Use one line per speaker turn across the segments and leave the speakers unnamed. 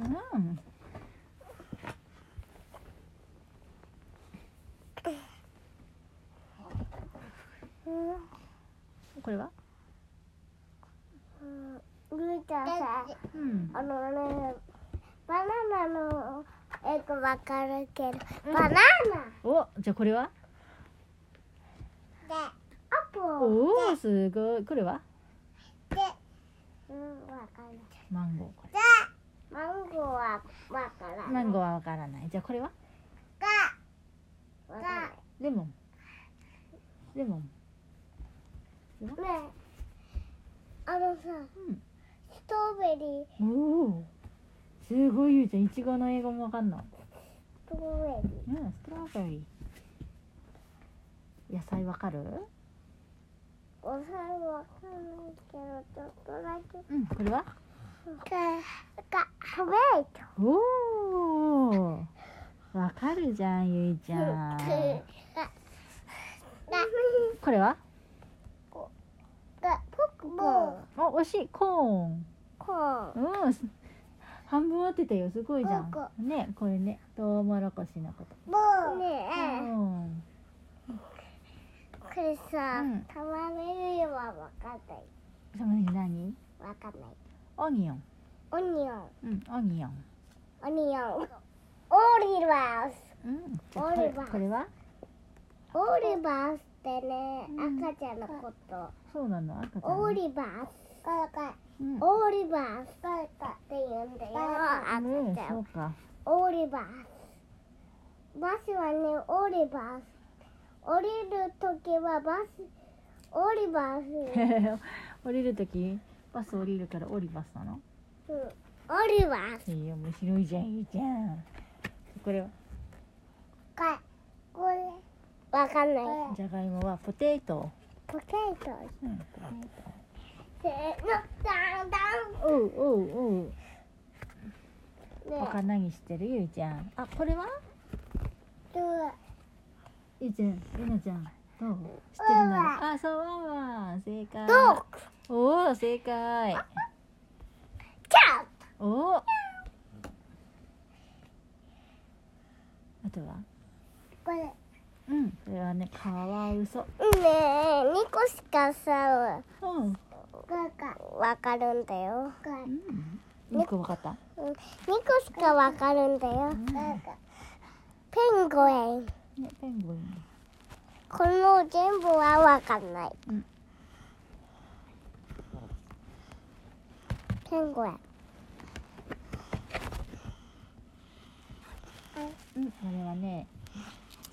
うん。これは。
ルーちゃんさ
うん。
あのねバナナの英語わかるけど、バナナで
お、じゃあこれは。
アポ
おお、すごい。これは。
でうんわかる
マンゴー。こ
でマンゴーはわから
れマンゴー
ー
はわからない。じゃあこれは。
がわか
レモン。レモン。
るねえあのさ、
ん
ストロベリー
おお。すごいゆうちゃん、いちごの英語もわかんの。
ストロベリー
うん、ストロベリー。野菜わかる。
お皿わかんないけどちょっとだけ
うん、これは。
かかハメイト
おお。わかるじゃん、ゆいちゃん。これは。
がポッポ
お、惜しい、コーン。
コーン
うん。す半分当てたよ、すごいじゃん
こ。
ね、これね、トウモロコシのこと。
ボー
う
ねえ
ん。
これさ
うん
玉ねぎはわかんない
その何何。
わかんない
オニオン。
オニオン
うん、オニオン。
オニオンオリバース
うん。じゃあこ
オ
れ
リバー
これは。
オリバースってね
うん
赤ちゃんのこと
そうなの、赤ちゃん。
オリバース
うん。
オリバースって言うんだよ
うん
赤ちゃん
そうか。
オリバース。バスはね、オリバース。降りるときはバス、オリバース。
降りるとき。バス降りるから、オリバスなの。
うんオリ バース。
いいよ、面白いじゃん、ゆいちゃん。これは。
かこれ。わかんない。
じゃがいもはポテト。
ポケット。
うん、
せーの、ダンダ
おうおうおう。
ン。
他
ね
何してるゆいちゃん。あ、これは？
え、
ゆいちゃん、ゆなちゃん。どう？知ってる
ワン
の？あ、そうワンワン。正解。
ドッグ。
おお、正解。
キャット。
おお。あとは？
これ。
うん、これはね、カワウソ。
うんねえ、二個しかさ、
うん。
わかるんだよ。
うん。よくわかった。
うん二個しかわかるんだよ。ペンゴエン。
ね、ペンゴリン。
この全部はわかんない。
うん
ペンゴエン。
うん、これはね、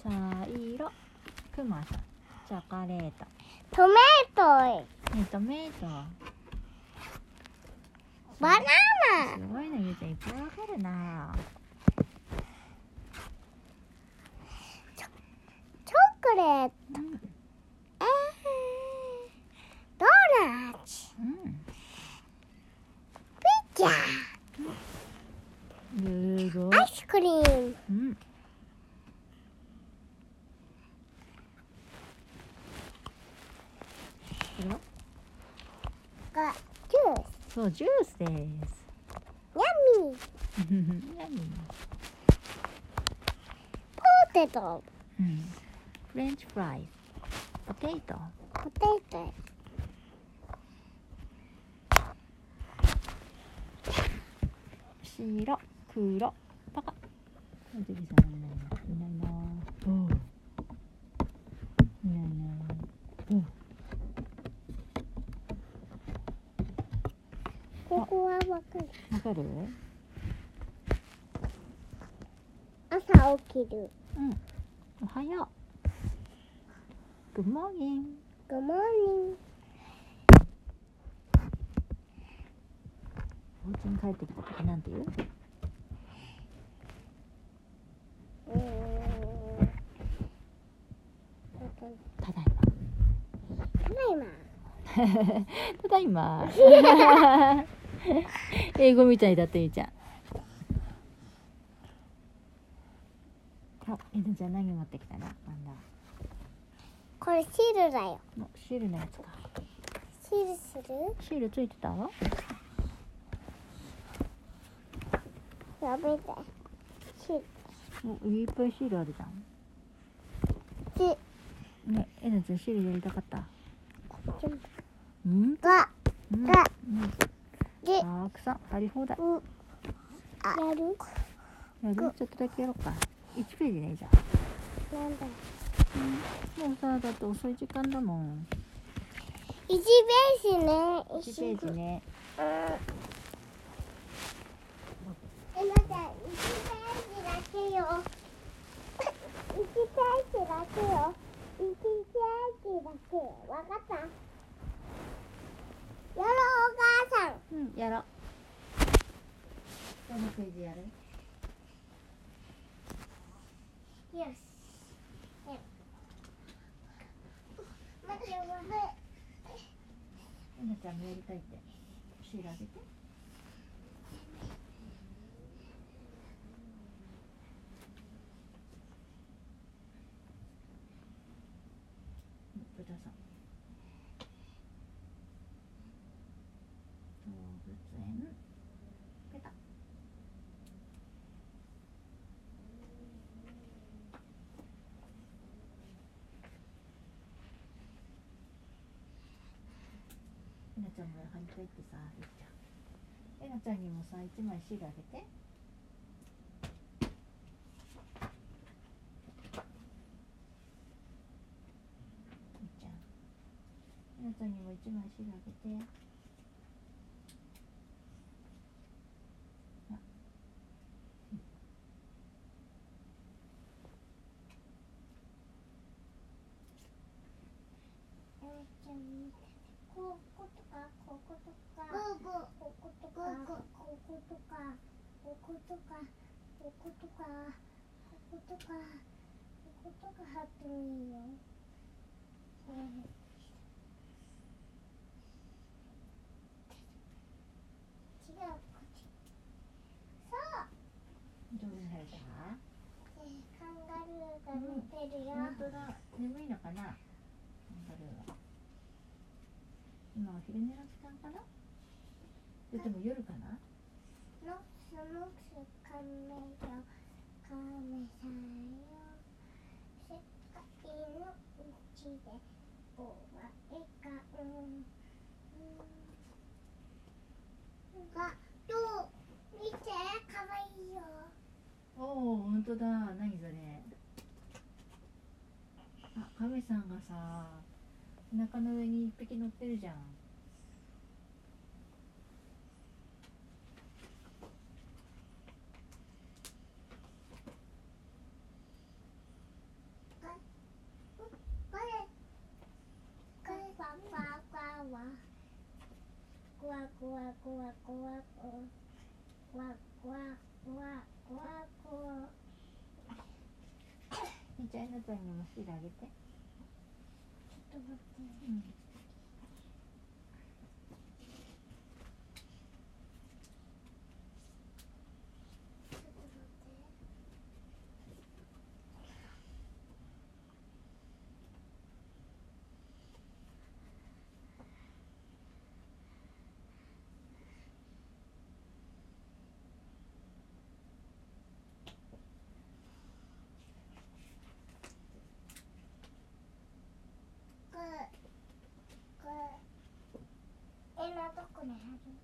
茶色、クマさん、チョコレート。
トメート、
ね、トメート。
バナナ、
すごいね、ゆうちゃん、いっぱいわかるな。
チョコレート、
うん、
えードーナツ、ピッチャ
うん、すごい
ー、ア。イスクリーム、
うん。これは
がジュース、
そう、ジュース です。
ヤミー、
何
ポテト、
うん。フレンチフライズ。ポテト。
ポテト、
白、黒、パカ。おじぎさんいないな。いないな。おういないな。おう
ここはわかる。
わかる
朝起きる、
うん。おはよう。Good morning.
グモーニング、
お家に帰ってきた時なんて言う
うーん
ただい
ただいま。
ま。ただい ま。英語みたいだったゆいちゃん。あ、えなちゃん何持ってきたのなんだ。
これシールだよ。
のシールのやつか。
シールする？
シールついてた？
やめて。し、
おいっぱいシールあるじゃん
し、
ねえなちゃんシールやりたかった
ちょ
うん
が、
うん
が、で、う
たくさんあり放題
やる
やるちょっとだけやろうか1ページねじゃ
なんだ
あもうさだって遅い時間だもん
一ページね。
1ページね
うん。えなちゃん、一ページだけよ。 一ページだけよ。一ページだけよ。わかったやろう、お母さん。
うんやろうどのページやる
よし。待って、待って。
えなちゃんもやりたいってシールあげてうんぶたさん動物園ペタえなちゃんも貼りたいってさりっちゃんえなちゃんにもさ一枚シールあげてりっちゃんえなちゃんにも一枚シールあげてあうん
こことかこことかこことかこことかこことかこことかこことかこことか貼ってもいいよ。違うこっち。そう。
どうに貼れた
えーカンガルーが見てるよ。
本当だ眠いのかなカンガルーは今お昼寝の時間かなそれとも夜かな
のそのくカメよカメさんよ世界のうちでお前がうんうんがどう見てかわいいよ
おお本当だ何それあカメさんがさお腹の上に一匹乗ってるじゃん
これこれパパパはこわこわこわこわこわこわこわこわこわこわ
みーちゃんえなちゃんにもシールあげて
ちょっと待って。
うん
これこれ絵のとこに貼る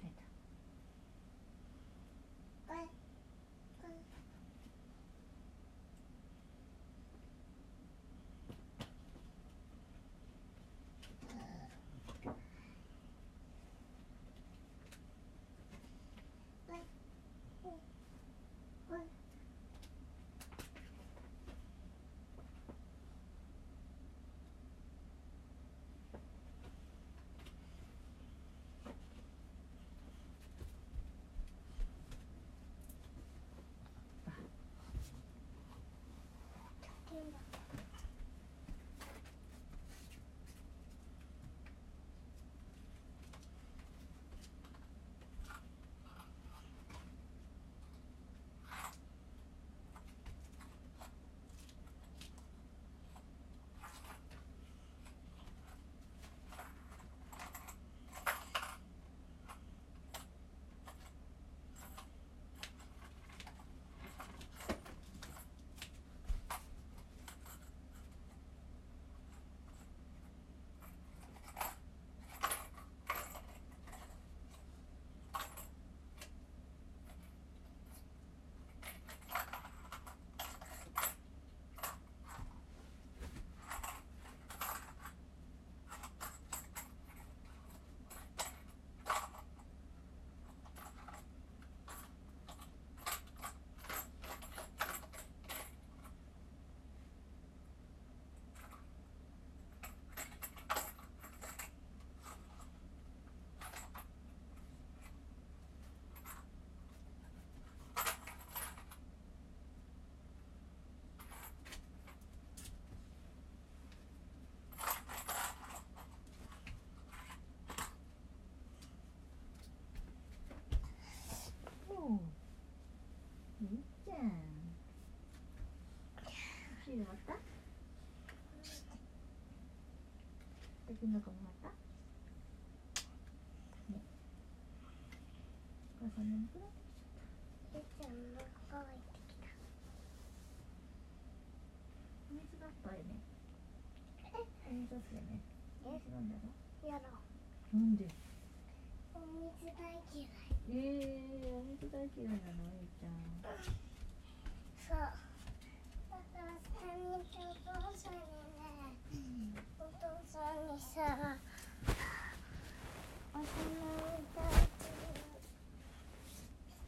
取れた
これこれ
ってくるのかもまた。ね。お母さん眠くなって
ちゃんもこうてきた。
お水がいっぱいね。お水をつけね。お水飲んだの。
やろ
なんで
う。お水大嫌い。
ええー、お水大嫌いなの、えいちゃん。
そう。だから三人とお父さんにね、お父さんにさ、おしまいだし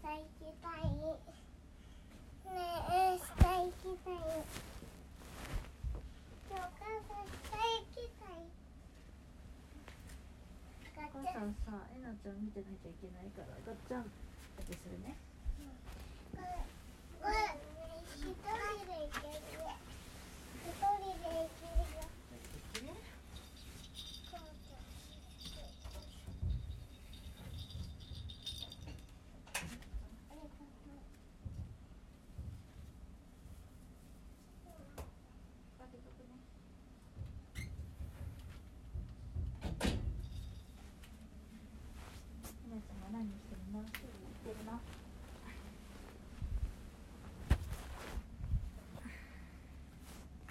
たいきたい。ねえ、したいきたい。お母さんしたいきたい。ガ
お母
チャ
さんさ、えなちゃん見てなきゃいけないから、ガッチャン。だけするね。
これこれ一人で行ける。